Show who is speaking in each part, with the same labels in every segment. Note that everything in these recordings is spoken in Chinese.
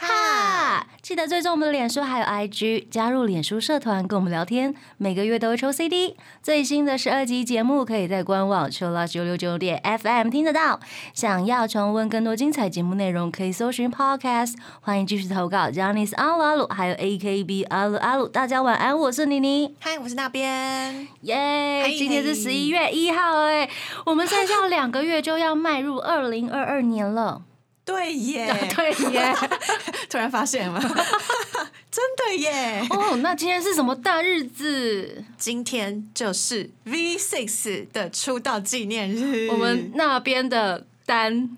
Speaker 1: 哈，记得追踪我们的脸书还有 IG，加入脸书社团跟我们聊天，每个月都会抽 CD，最新的十二集节目可以在官网 c h i l l o s 九六九点 FM 听得到。想要重温更多精彩节目内容，可以搜寻 Podcast，欢迎继续投稿 j o h n n y s 阿鲁阿鲁，还有 AKB 阿鲁阿鲁，大家晚安，我是妮妮。
Speaker 2: 嗨，我是那边。
Speaker 1: 耶
Speaker 2: 嘿
Speaker 1: 今天是十一月一号哎、我们剩下两个月就要迈入二零二二年了。
Speaker 2: 对耶
Speaker 1: 对耶！
Speaker 2: 突然发现了， 真的耶！
Speaker 1: 哦，那今天是什么大日子？
Speaker 2: 今天就是 V Six 的出道纪念日，
Speaker 1: 我们那边的单，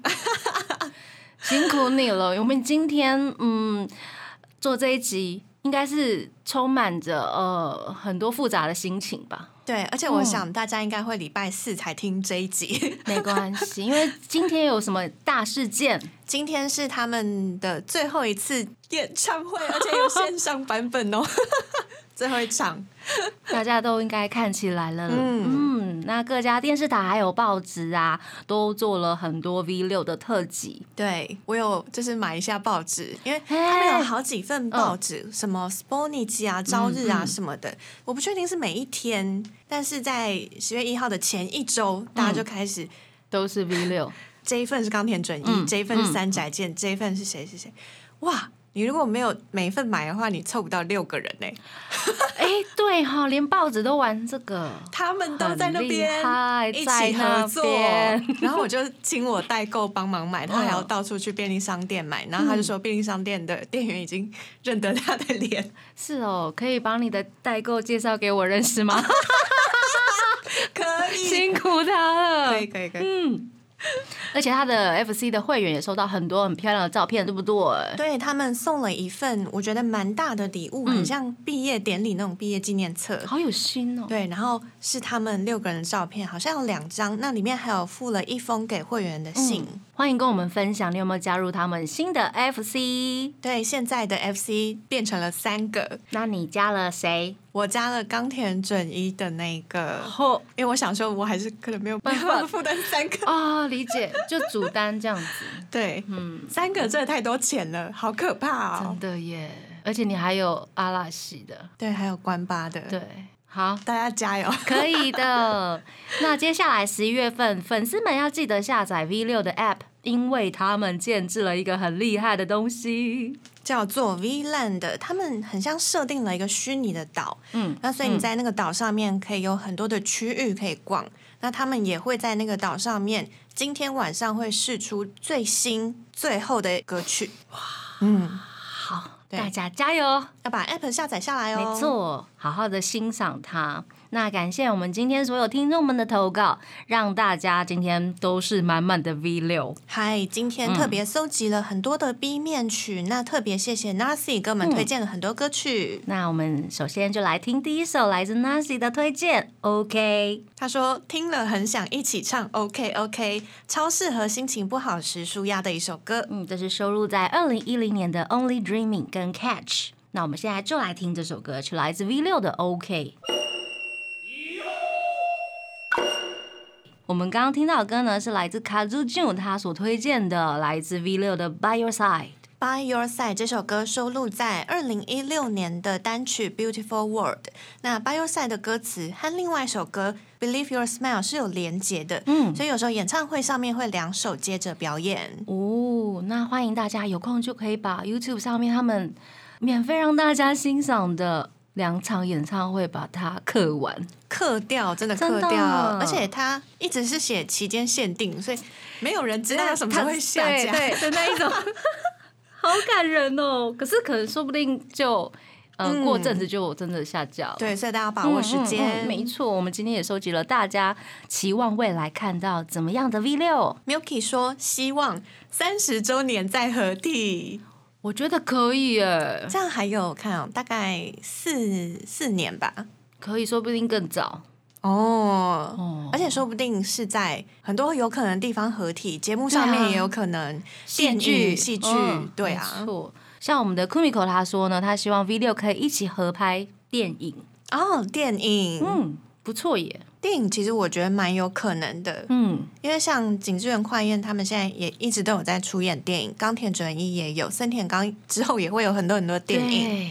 Speaker 1: 辛苦你了。我们今天嗯做这一集，应该是充满着呃很多复杂的心情吧。
Speaker 2: 对，而且我想大家应该会礼拜四才听这一集。
Speaker 1: 没关系，因为今天有什么大事件？
Speaker 2: 今天是他们的最后一次演唱 会，而且有线上版本哦， 最后一场。
Speaker 1: 大家都应该看起来了。
Speaker 2: 嗯
Speaker 1: 嗯，那各家电视台还有报纸啊，都做了很多 V 六的特辑。
Speaker 2: 对我有就是买一下报纸，因为他们有好几份报纸，什么 Sponic 啊、朝日啊
Speaker 1: 嗯
Speaker 2: 什么的，我不确定是每一天，但是在十月一号的前一周，大家就开始、
Speaker 1: 都是 V 六，
Speaker 2: 这一份是冈田准一，
Speaker 1: 嗯
Speaker 2: 这一份是三宅健，这一份是谁是谁，哇！你如果没有每一份买的话，你凑不到六个人呢、欸
Speaker 1: 哎，对哈、连报纸都玩这个，
Speaker 2: 他们都在那边
Speaker 1: 很厉
Speaker 2: 一
Speaker 1: 害
Speaker 2: 起合作
Speaker 1: 在那边，嗯
Speaker 2: 然后我就请我代购帮忙买，他还要到处去便利商店买，然后他就说便利商店的店员已经认得他 的脸，
Speaker 1: 是哦，可以把你的代购介绍给我认识 吗？
Speaker 2: 可以，
Speaker 1: 啊辛苦他
Speaker 2: 可
Speaker 1: 了
Speaker 2: 以，。可以，可以。
Speaker 1: 嗯，而且他的 FC 的会员也收到很多很漂亮的照片，对不对？
Speaker 2: 对他们送了一份我觉得蛮大的礼物，很像毕业典礼那种毕业纪念册。
Speaker 1: 好有心哦。
Speaker 2: 对，然后是他们六个人的照片，好像有两张，那里面还有附了一封给会员的信。
Speaker 1: 嗯欢迎跟我们分享，你有没有加入他们新的 FC？
Speaker 2: 对，现在的 FC 变成了三个，
Speaker 1: 那你加了谁？
Speaker 2: 我加了冈田准一的那个
Speaker 1: 后
Speaker 2: 因为我想说，我还是可能没有办
Speaker 1: 办
Speaker 2: 法
Speaker 1: 法
Speaker 2: 负担三个。
Speaker 1: 啊、理解，就主单这样子，
Speaker 2: 对，
Speaker 1: 嗯，
Speaker 2: 三个真的太多钱了，好可怕哦
Speaker 1: 真！的耶，而且你还有阿拉西的，
Speaker 2: 对，还有关八的，，
Speaker 1: 对，好。
Speaker 2: 大家加油！
Speaker 1: 可以的。那接下来十一月份，粉丝们要记得下载 V 六的 App，因为他们建制了一个很厉害的东西。
Speaker 2: 叫做 VLAN 他们很像设定了一个虚拟的岛，
Speaker 1: 嗯
Speaker 2: 那所以你在那个岛上面可以有很多的区域可以逛。那他们也会在那个岛上面，今天晚上会试出最新最后的歌曲。哇，嗯，
Speaker 1: 好，
Speaker 2: 对
Speaker 1: 大家加油！
Speaker 2: 要把 App 下载下来哦。
Speaker 1: 没，错，好好的欣赏它。那感谢我们今天所有听众们的投稿，让大家今天都是满满的 V 六。
Speaker 2: 嗨，今天特别搜集了很多的 B 面曲，那特别谢谢 Nasi 给我们推荐了很多歌曲。
Speaker 1: 那我们首先就来听第一首来自 Nasi 的推荐，OK。
Speaker 2: 他说听了很想一起唱，OK OK，超适合心情不好时舒压的一首歌。
Speaker 1: 嗯，这是收录在二零一零年的《Only Dreaming》跟《Catch》。那我们现在就来听这首歌曲，来自 V 六的《OK》。我们刚刚听到的歌呢，是来自 Kazu Jun 他所推荐的，来自 V 六的《By Your Side》。
Speaker 2: By Your Side 这首歌收录在二零一六年的单曲《Beautiful World》。那 By Your Side 的歌词和另外一首歌《Believe Your Smile》是有连结的，
Speaker 1: 嗯
Speaker 2: 所以有时候演唱会上面会两首接着表演。
Speaker 1: 哦，那欢迎大家有空就可以把 YouTube 上面他们免费让大家欣赏的两场演唱会把它刻完。
Speaker 2: 刻掉，真的
Speaker 1: 真
Speaker 2: 刻
Speaker 1: 的
Speaker 2: 掉，而且它一直是写期间限定，所以没有人知道它什么时候会下架。
Speaker 1: 对对的那一种，好感人哦。可是可能说不定就呃、
Speaker 2: 嗯
Speaker 1: 过阵子就真的下架了。
Speaker 2: 对所以大家把
Speaker 1: 嗯，
Speaker 2: 握时间。
Speaker 1: 嗯嗯没错，我们今天也收集了大家期望未来看到怎么样的 V 六，
Speaker 2: Milky 说：“希望三十周年再合体，
Speaker 1: 我觉得可以耶，
Speaker 2: 这样还有看、哦、大概四四年吧。
Speaker 1: 可以，说不定更早。
Speaker 2: 哦，
Speaker 1: 哦
Speaker 2: 而且说不定是在很多有可能地方合体，节目上
Speaker 1: 对啊
Speaker 2: 面也有可能电影戏剧，
Speaker 1: 嗯
Speaker 2: 对
Speaker 1: 没
Speaker 2: 啊，
Speaker 1: 错。像我们的 Kumiko 他说呢，他希望 V 六可以一起合拍电影，
Speaker 2: 哦，电影，
Speaker 1: 啊嗯，不错耶，
Speaker 2: 电影其实我觉得蛮有可能的，
Speaker 1: 嗯，
Speaker 2: 因为像井之源快彦他们现在也一直都有在出演电影，冈田准一也有，森田刚之后也会有很多很多电影，
Speaker 1: 对，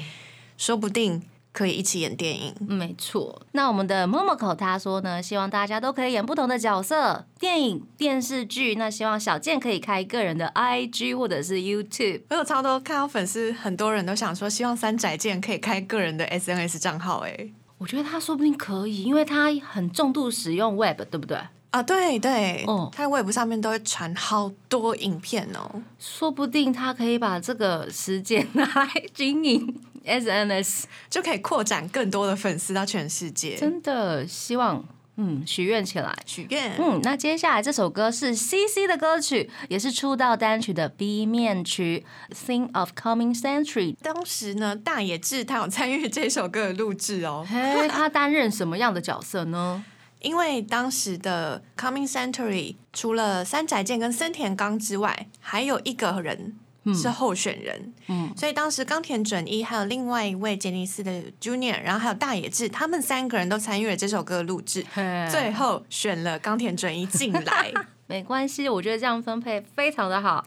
Speaker 2: 说不定可以一起演电影。
Speaker 1: 没错。那我们的 Momoko 他说呢，希望大家都可以演不同的角色，电影、电视剧。那希望小健可以开个人的 IG 或者是 YouTube。
Speaker 2: 我有超多看到粉丝，很多人都想说，希望三宅健可以开个人的 SNS 账号、哎，
Speaker 1: 我觉得他说不定可以，因为他很重度使用 Web，对不对？
Speaker 2: 啊，对对，
Speaker 1: 哦
Speaker 2: 他的微博上面都会传好多影片哦。
Speaker 1: 说不定他可以把这个时间 拿来经营 SNS。
Speaker 2: 就可以扩展更多的粉丝到全世界。
Speaker 1: 真的希望，嗯，许愿起来。
Speaker 2: 许愿，
Speaker 1: 嗯，那接下来这首歌是 C C 的歌曲，也是出道单曲的 B 面曲《Sing of Coming Century》。
Speaker 2: 当时呢，大野智他有参与这首歌的录制哦，
Speaker 1: 嘿，哎他担任什么样的角色呢？
Speaker 2: 因为当时的 Coming Century 除了三宅健跟森田刚之外，还有一个人是候选人，
Speaker 1: 嗯
Speaker 2: 所以当时冈田准一还有另外一位杰尼斯的 Junior，然后还有大野智，他们三个人都参与了这首歌的录制，
Speaker 1: 嘿
Speaker 2: 最后选了冈田准一 进来，
Speaker 1: 没关系，我觉得这样分配非常的好。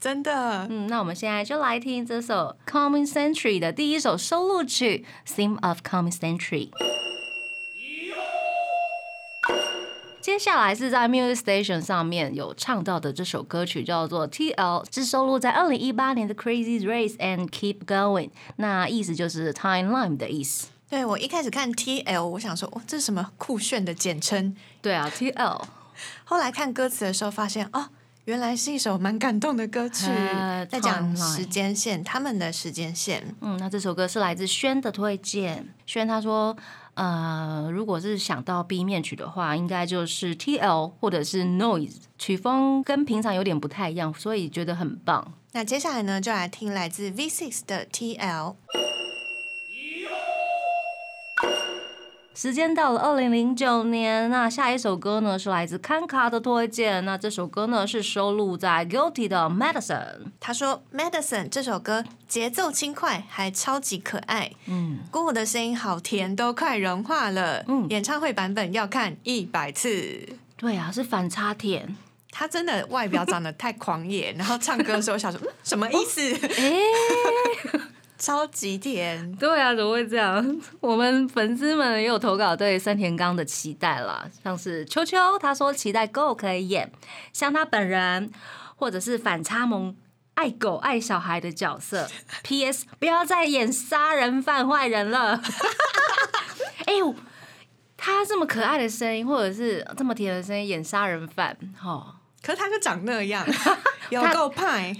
Speaker 2: 真的，
Speaker 1: 嗯，那我们现在就来听这首《Coming Century》的第一首收录曲《Theme of Coming Century》。接下来是在 Music Station 上面有唱到的这首歌曲，叫做《TL》，是收录在二零一八年的《Crazy Race and Keep Going》，那意思就是 Timeline 的意思。
Speaker 2: 对我一开始看 TL，我想说，哇，这是什么酷炫的简称？
Speaker 1: 对啊，TL。
Speaker 2: 后来看歌词的时候，发现哦，原来是一首蛮感动的歌曲
Speaker 1: 呃，
Speaker 2: 在讲
Speaker 1: timeline
Speaker 2: 时间线，他们的时间线。
Speaker 1: 嗯，那这首歌是来自轩的推荐。轩他说，呃，如果是想到 B 面曲的话，应该就是 T L 或者是 Noise，曲风跟平常有点不太一样，所以觉得很棒。
Speaker 2: 那接下来呢，就来听来自 V6 的 TL。
Speaker 1: 时间到了二零零九年，那下一首歌呢是来自康卡的推荐。那这首歌呢是收录在 Guilty 的 Medicine。
Speaker 2: 他说，《Medicine》这首歌节奏轻快，还超级可爱。
Speaker 1: 嗯，
Speaker 2: 姑姑的声音好甜，都快融化了。
Speaker 1: 嗯
Speaker 2: 演唱会版本要看一百次。
Speaker 1: 对啊，是反差甜。
Speaker 2: 他真的外表长得太狂 野，然后唱歌的时候想说，嗯什么意思？
Speaker 1: 哎、
Speaker 2: 超级甜。
Speaker 1: 对啊，怎么会这样？ 我们粉丝们也有投稿对森田刚的期待啦，像是秋秋他说期待狗可以演像他本人，或者是反差萌爱狗爱小孩的角色。P.S. 不要再演杀人犯坏人了。 哎呦，他这么可爱的声音，或者是这么甜的声音演杀人犯，哦，
Speaker 2: 可是他就长那 样，有够派。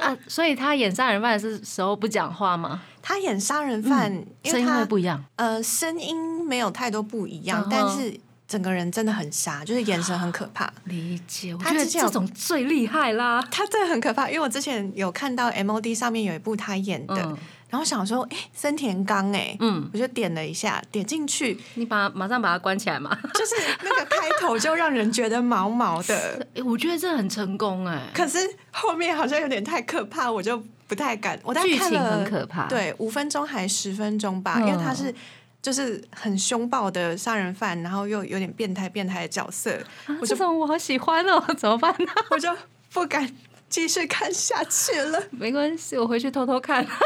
Speaker 1: 啊，所以他演杀人犯的时候不讲话吗？
Speaker 2: 他演杀人犯，嗯
Speaker 1: 嗯
Speaker 2: 因
Speaker 1: 声
Speaker 2: 为
Speaker 1: 音会
Speaker 2: 他
Speaker 1: 不一样。
Speaker 2: 呃声音没有太多不一样，
Speaker 1: 嗯哼
Speaker 2: 但是整个人真的很杀，就是眼神很可怕。
Speaker 1: 理解，我
Speaker 2: 他
Speaker 1: 觉得
Speaker 2: 之前有
Speaker 1: 这种最厉害啦。
Speaker 2: 他真的很可怕，因为我之前有看到 M O D 上面有一部他演的，
Speaker 1: 嗯
Speaker 2: 然后想说，哎、森田刚哎、
Speaker 1: 嗯，
Speaker 2: 我就点了一下，点进去
Speaker 1: 你把马上把它关起来嘛。
Speaker 2: 就是那个开头就让人觉得毛毛 的，
Speaker 1: 诶我觉得这很成功哎、
Speaker 2: 可是后面好像有点太可怕，我就不太敢。我大概
Speaker 1: 剧
Speaker 2: 看
Speaker 1: 情
Speaker 2: 了
Speaker 1: 很可怕。，
Speaker 2: 对，五分钟还十分钟吧，因为他是就是很凶暴的杀人犯，然后又有点变态变态的角色，
Speaker 1: 啊、
Speaker 2: 我
Speaker 1: 这
Speaker 2: 就
Speaker 1: 种我好喜欢哦， 怎么办呢、
Speaker 2: 我就不敢继续看下去了
Speaker 1: 没关系，我回去偷偷看。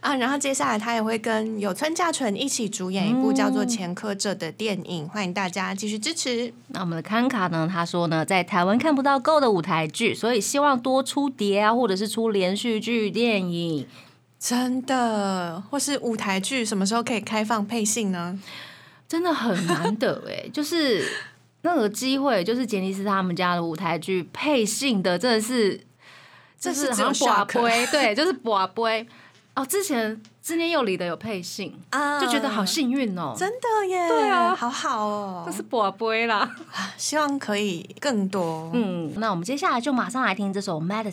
Speaker 2: 啊。然后接下来他也会跟有村架纯一起主演一部叫做《前科者》的电影，欢迎大家继续支持。
Speaker 1: 那我们的康卡呢？他说呢，在台湾看不到够的舞台剧，所以希望多出碟啊，或者是出连续剧、电影。
Speaker 2: 真的，或是舞台剧什么时候可以开放配信呢？
Speaker 1: 真的很难得哎、 就是那个机会，就是杰尼斯他们家的舞台剧配信的，真的是，
Speaker 2: 这
Speaker 1: 就是是
Speaker 2: 只有
Speaker 1: 好像
Speaker 2: shock
Speaker 1: 寡杯， 对，就是寡杯。哦，之前之前有里的有配信，
Speaker 2: 啊
Speaker 1: 就觉得好幸运哦、
Speaker 2: 真的耶，
Speaker 1: 对啊
Speaker 2: 好好哦
Speaker 1: 这，是寡杯啦。
Speaker 2: 希望可以更多。
Speaker 1: 嗯，那我们接下来就马上来听这首《Medicine》。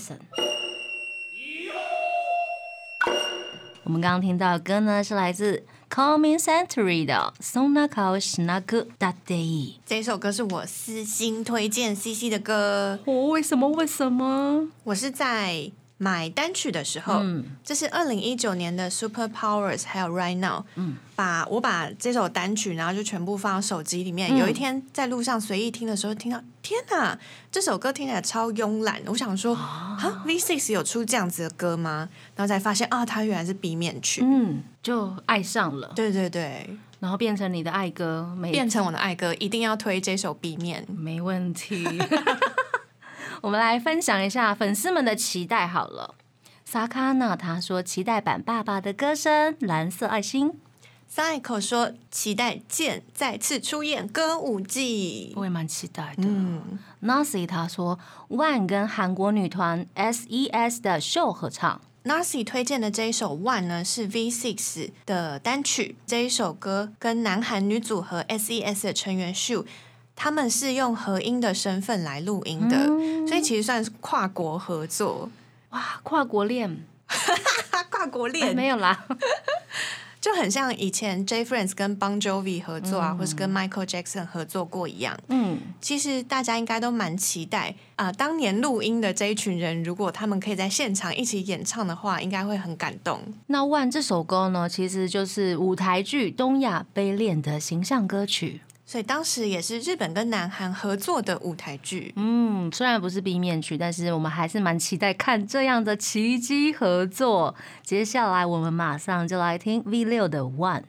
Speaker 1: 我们刚刚听到的歌呢，是来自 Coming Century 的 Sonaka Snagu Dadei。
Speaker 2: 这首歌是我私心推荐 C C 的歌，
Speaker 1: 哦，为什么？为什么？
Speaker 2: 我是在买单曲的时候，
Speaker 1: 嗯
Speaker 2: 这是二零一九年的 Super Powers，还有 Right Now，
Speaker 1: 嗯
Speaker 2: 把我把这首单曲，然后就全部放到手机里面。
Speaker 1: 嗯
Speaker 2: 有一天在路上随意听的时候，听到天哪，这首歌听起来超慵懒。我想说，啊，V Six 有出这样子的歌吗？然后才发现啊，它原来是 B 面曲。
Speaker 1: 嗯，哎就爱上了，
Speaker 2: 对对对，
Speaker 1: 然后变成你的爱歌，没
Speaker 2: 变成我的爱歌，一定要推这首 B 面。
Speaker 1: 没问题。 我们来分享一下粉丝们的期待好了。萨卡纳他说期待版爸爸的歌声，蓝色爱心。
Speaker 2: 三 c 口说期待见再次出演歌舞伎。
Speaker 1: 我也蛮期待的。
Speaker 2: 嗯，
Speaker 1: Nasi 他说 One 跟韩国女团 S.E.S 的秀合唱，
Speaker 2: Narcy 推荐的这一首《One》呢，是 V6 的单曲。这一首歌跟南韩女组合 S.E.S 的成员 Shu，他们是用合音的身份来录音的，所以其实算是跨国合作。
Speaker 1: 哇，跨国恋、
Speaker 2: 啊， 跨国
Speaker 1: 哎
Speaker 2: 恋、
Speaker 1: 没有啦，
Speaker 2: 就很像以前 J Friends 跟 Bon Jovi 合作啊，或是跟 Michael Jackson 合作过一样。
Speaker 1: 嗯，
Speaker 2: 其实大家应该都蛮期待啊、当年录音的这一群人，如果他们可以在现场一起演唱的话，应该会很感动。
Speaker 1: 那 One 这首歌呢，其实就是舞台剧《东亚悲恋》的形象歌曲。
Speaker 2: 所以当时也是日本跟南韩合作的舞台剧。
Speaker 1: 嗯，虽然不是 B 面曲，但是我们还是蛮期待看这样的奇迹合作。接下来我们马上就来听 V 六的 One。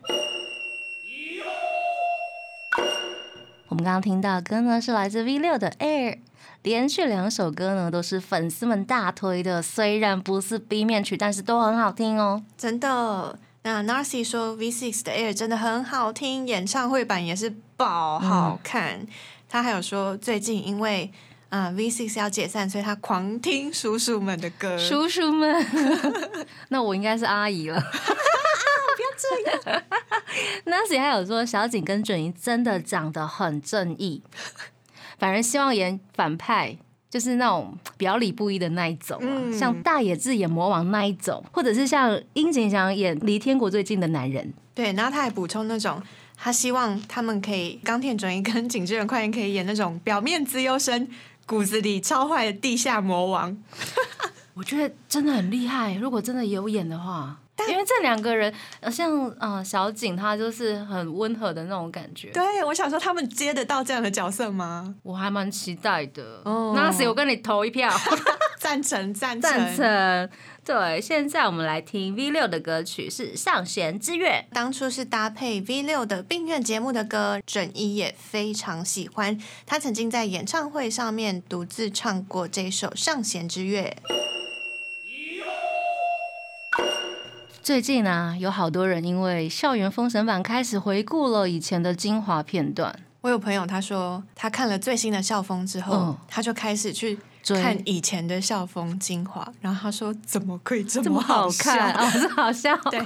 Speaker 1: 我们刚刚听到的歌呢，是来自 V 六的 Air。连续两首歌呢，都是粉丝们大推的，虽然不是 B 面曲，但是都很好听哦。
Speaker 2: 真的。那 Narcy 说 V6 的 Air 真的很好听，演唱会版也是爆好看。他还有说，最近因为啊、V6 要解散，所以他狂听叔叔们的歌。
Speaker 1: 叔叔们， 那我应该是阿 姨了。不要这样。Nancy 还有说，小景跟准一真的长得很正义，反而希望演反派，就是那种表里不一的那一种、啊，
Speaker 2: 嗯
Speaker 1: 像大野智演魔王那一种，或者是像樱井翔演离天国最近的男人。
Speaker 2: 对，然后他还补充那种，他希望他们可以冈田准一跟 景智人快点可以演那种表面资优生，骨子里超坏的地下魔王。
Speaker 1: 我觉得真的很厉害，如果真的有演的话。因为这两个人，呃，像呃小景，他就是很温和的那种感觉，
Speaker 2: 对，我想说他们接得到这样的角色吗？
Speaker 1: 我还蛮期待的。
Speaker 2: 哦
Speaker 1: 那谁，我跟你投一 票，
Speaker 2: 赞成，赞成，
Speaker 1: 赞成。对，现在我们来听 V 六的歌曲是《上弦之月
Speaker 2: 当初是搭配 V 六的病院节目的歌，整一也非常喜欢。他曾经在演唱会上面独自唱过这首《上弦之月》。》。
Speaker 1: 最近啊，有好多人因为校园封神榜开始回顾了以前的精华片段，
Speaker 2: 我有朋友他说，他看了最新的《校风》之后，
Speaker 1: 嗯
Speaker 2: 他就开始去
Speaker 1: 追
Speaker 2: 看以前的《校风》精华，然后他说怎么可以这
Speaker 1: 这么好看
Speaker 2: 笑
Speaker 1: 哦，是好笑，
Speaker 2: 对，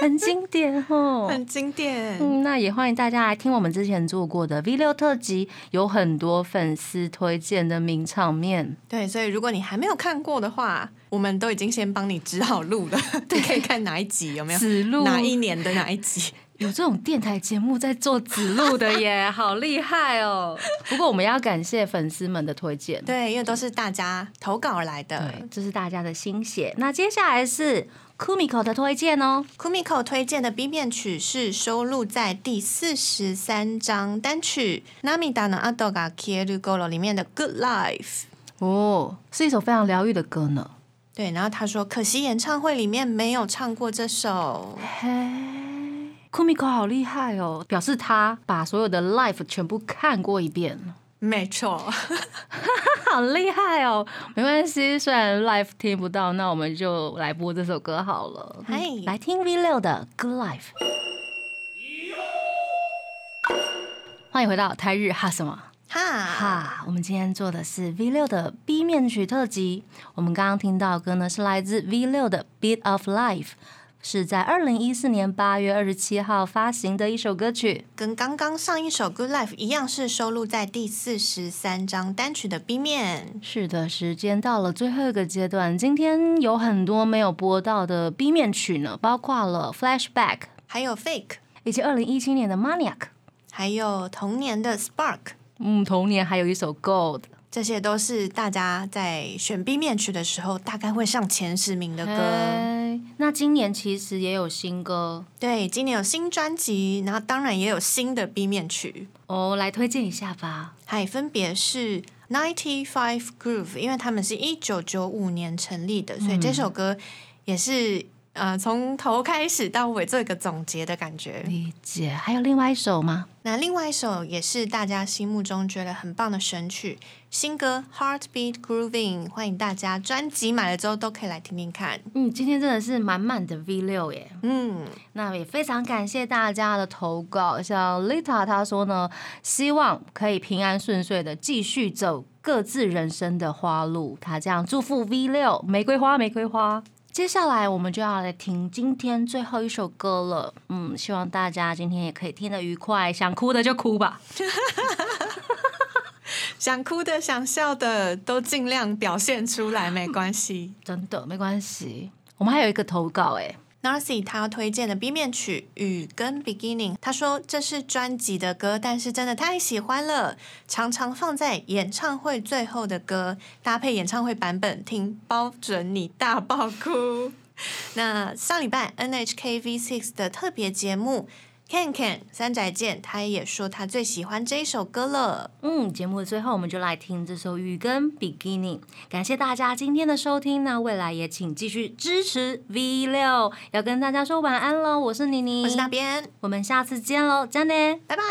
Speaker 1: 很经典 哦。
Speaker 2: 很经典。
Speaker 1: 嗯，那也欢迎大家来听我们之前做过的 V 六特辑，有很多粉丝推荐的名场面。
Speaker 2: 对，所以如果你还没有看过的话，我们都已经先帮你指好路 了，你可以看哪一集有没有？
Speaker 1: 指路
Speaker 2: 哪一年的哪一集？
Speaker 1: 有这种电台节目在做指路的 耶，好厉害哦！不过我们要感谢粉丝们的推荐，
Speaker 2: 对，因为都是大家投稿来的
Speaker 1: 对。，这是大家的心血。那接下来是 Kumiko 的推荐哦，
Speaker 2: Kumiko 推荐的 B 面曲是收录在第四十三张单曲《涙の後が消える頃》里面的《Good Life》。
Speaker 1: 哦，是一首非常疗愈的歌呢。
Speaker 2: 对，然后他说，可惜演唱会里面没有唱过这首。
Speaker 1: 嘿，Kumiko 好厉害哦，表示他把所有的 live 全部看过一遍。
Speaker 2: 没错，
Speaker 1: 好厉害哦！没关系，虽然 live 听不到，那我们就来播这首歌好了。
Speaker 2: 嗨
Speaker 1: 来听 V 六的《Good Life》。欢迎回到台日哈什么
Speaker 2: 哈，
Speaker 1: 哈？我们今天做的是 V 六的 B 面曲特辑。我们刚刚听到的歌呢，是来自 V 六的《Beat of Life》。是在二零一四年八月二十七号发行的一首歌曲。
Speaker 2: 跟刚刚上一首《Good Life》一样，是收录在第四十三张单曲的 B 面。
Speaker 1: 是的，时间到了最后一个阶段，今天有很多没有播到的 B 面曲呢，包括了《Flashback》
Speaker 2: 还有 Fake，
Speaker 1: 以及二零一七年的《Maniac》。
Speaker 2: 还有同年的 Spark，
Speaker 1: 嗯，同年还有一首《Gold》。
Speaker 2: 这些都是大家在选 B 面曲的时候大概会上前十名的歌。
Speaker 1: 嘿那今年其实也有新歌
Speaker 2: 对，今年有新专辑，然后当然也有新的 B 面曲，
Speaker 1: 哦，来推荐一下吧。
Speaker 2: 还分别是 Ninety Five Groove，因为他们是一九九五年成立的，所以这首歌也是呃从头开始到尾做一个总结的感觉。
Speaker 1: 理解，还有另外一首吗？
Speaker 2: 那另外一首也是大家心目中觉得很棒的神曲，新歌《Heartbeat Grooving》，欢迎大家专辑买了之后都可以来听听看。
Speaker 1: 嗯，今天真的是满满的 V 六耶。
Speaker 2: 嗯，
Speaker 1: 那也非常感谢大家的投稿。像 Lita 她说呢，希望可以平安顺遂的继续走各自人生的花路。她这样祝福 V 六玫瑰花，玫瑰花。接下来我们就要来听今天最后一首歌了。嗯，希望大家今天也可以听得愉快，想哭的就哭吧。
Speaker 2: 想哭的、想笑的都尽量表现出来，没关系。
Speaker 1: 真的没关系。我们还有一个投稿哎、
Speaker 2: Narcy 他推荐的 B 面曲《雨》跟《Beginning》，他说这是专辑的歌，但是真的太喜欢了，常常放在演唱会最后的歌，搭配演唱会版本听，包准你大爆哭。 那上礼拜 NHK V6 的特别节目。Ken Ken 三宅健，他也说他最喜欢这一首歌了。
Speaker 1: 嗯，节目的最后我们就来听这首《雨跟 Beginning》，感谢大家今天的收听。那未来也请继续支持 V 六，要跟大家说晚安喽。我是妮妮，
Speaker 2: 我是那边，
Speaker 1: 我们下次见喽，再见。
Speaker 2: 拜拜。